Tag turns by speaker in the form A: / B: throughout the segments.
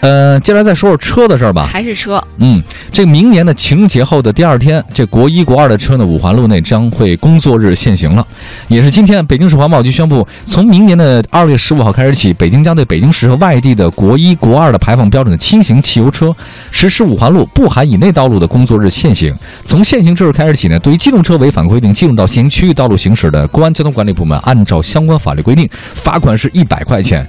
A: 呃，接下来再说说车的事儿吧。
B: 还是车，
A: 嗯，这明年的情人节后的第二天，这国一、国二的车呢，五环路内将会工作日限行了。也是今天，北京市环保局宣布，从明年的二月十五号开始起，北京将对北京市和外地的国一、国二的排放标准的轻型汽油车实施五环路不含以内道路的工作日限行。从限行这日开始起呢，对于机动车违反规定进入到限行区域道路行驶的，公安交通管理部门按照相关法律规定，罚款是一百块钱。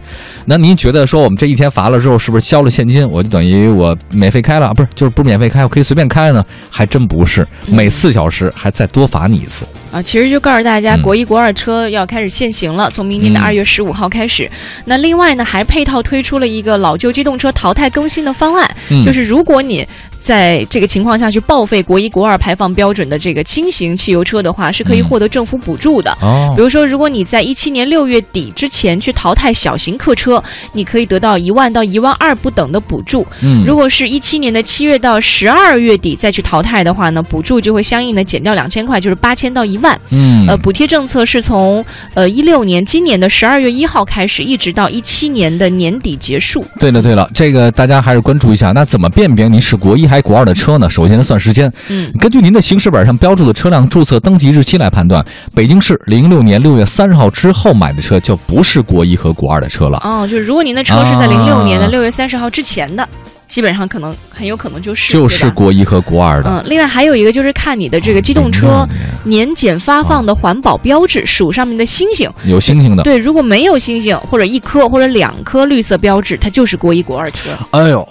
A: 那您觉得说我们这一天罚了之后，是不是交了现金，我就等于我免费开了？不是，就是不是免费开，我可以随便开呢？还真不是，
B: 嗯
A: 每四小时还再多罚你一次。
B: 啊，其实就告诉大家，
A: 嗯
B: 国一、国二车要开始限行了，从明年的
A: 嗯
B: 二月十五号开始。那另外呢，还配套推出了一个老旧机动车淘汰更新的方案，
A: 嗯
B: 就是如果你在这个情况下去报废国一、国二排放标准的这个轻型汽油车的话，是可以
A: 嗯
B: 获得政府补助的。
A: 哦
B: 比，如说，如果你在一七年六月底之前去淘汰小型客车，你可以得到一万到一万二不等的补助。
A: 嗯
B: 如果是一七年的七月到十二月底再去淘汰的话呢，补助就会相应的减掉两千块，就是八千到一万。
A: 嗯
B: 呃，补贴政策是从呃一六年今年的十二月一号开始，一直到一七年的年底结束。
A: 对了对了，这个大家还是关注一下。那怎么辨别您是国一还是国二的车呢？首先是算时间，
B: 嗯，
A: 根据您的行驶本上标注的车辆注册登记日期来判断，北京市零六年六月三十号之后买的车就不是国一和国二的车了。
B: 哦，就是如果您的车是在
A: 啊
B: 零六年的六月三十号之前的，基本上可能很有可能就是
A: 就
B: 对
A: 是
B: 吧
A: 国一和国二的
B: 嗯，另外还有一个就是看你的这个机动
A: 嗯
B: 车年检发放的环保标志属上面的星星，
A: 有星星的，
B: 对，如果没有星星或者一颗或者两颗绿色标志，它就是国一国二车。
A: 哎呦，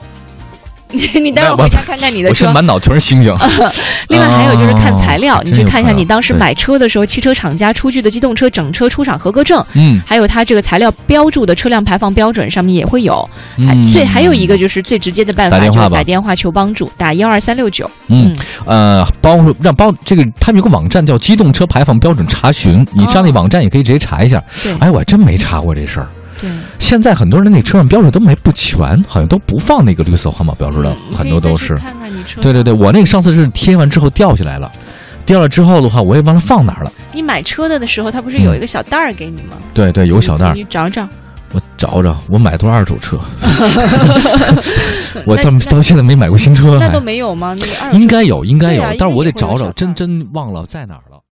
B: 你你待会
A: 那
B: 儿
A: 我
B: 回家看看你的
A: 我是
B: 车。啊
A: 满脑全是星星。
B: 另外还有就是看材料，
A: 哦
B: 你去看一下
A: 真有可能
B: 你当时买车的时候，汽车厂家出具的机动车整车出厂合格证，
A: 嗯，
B: 还有它这个材料标注的车辆排放标准上面也会有。还
A: 嗯
B: 最还有一个就是最直接的办法
A: 打
B: 就
A: 电
B: 是
A: 话吧
B: 打电话求帮助，打幺二三六九。
A: 嗯呃，包让包这个，他们有个网站叫机动车排放标准查询，你
B: 哦
A: 上那网站也可以直接查一下。
B: 对
A: 哎，我还真没查过这事儿。
B: 对，
A: 现在很多人的那车上标准都没不全，好像都不放那个绿色环保标志了
B: 嗯，你可
A: 很
B: 以
A: 多
B: 再
A: 都
B: 去
A: 是。
B: 看看你车。
A: 对对对，我那个上次是贴完之后掉下来了，掉了之后的话，我也忘了放哪儿了。
B: 你买车的的时候，它不是有一个小袋儿给你吗？
A: 对对，嗯有个小袋儿
B: 你，你找找。
A: 我找找，我买都是二手 车， 我
B: 那
A: 到
B: 那
A: 到现在没买过新车，
B: 那
A: 还
B: 都没有吗？那个二手车
A: 应该有，应该有
B: 对啊，
A: 但是我得
B: 应该
A: 找
B: 也会有
A: 找，
B: 小袋
A: 真
B: 儿
A: 真忘了在哪儿了。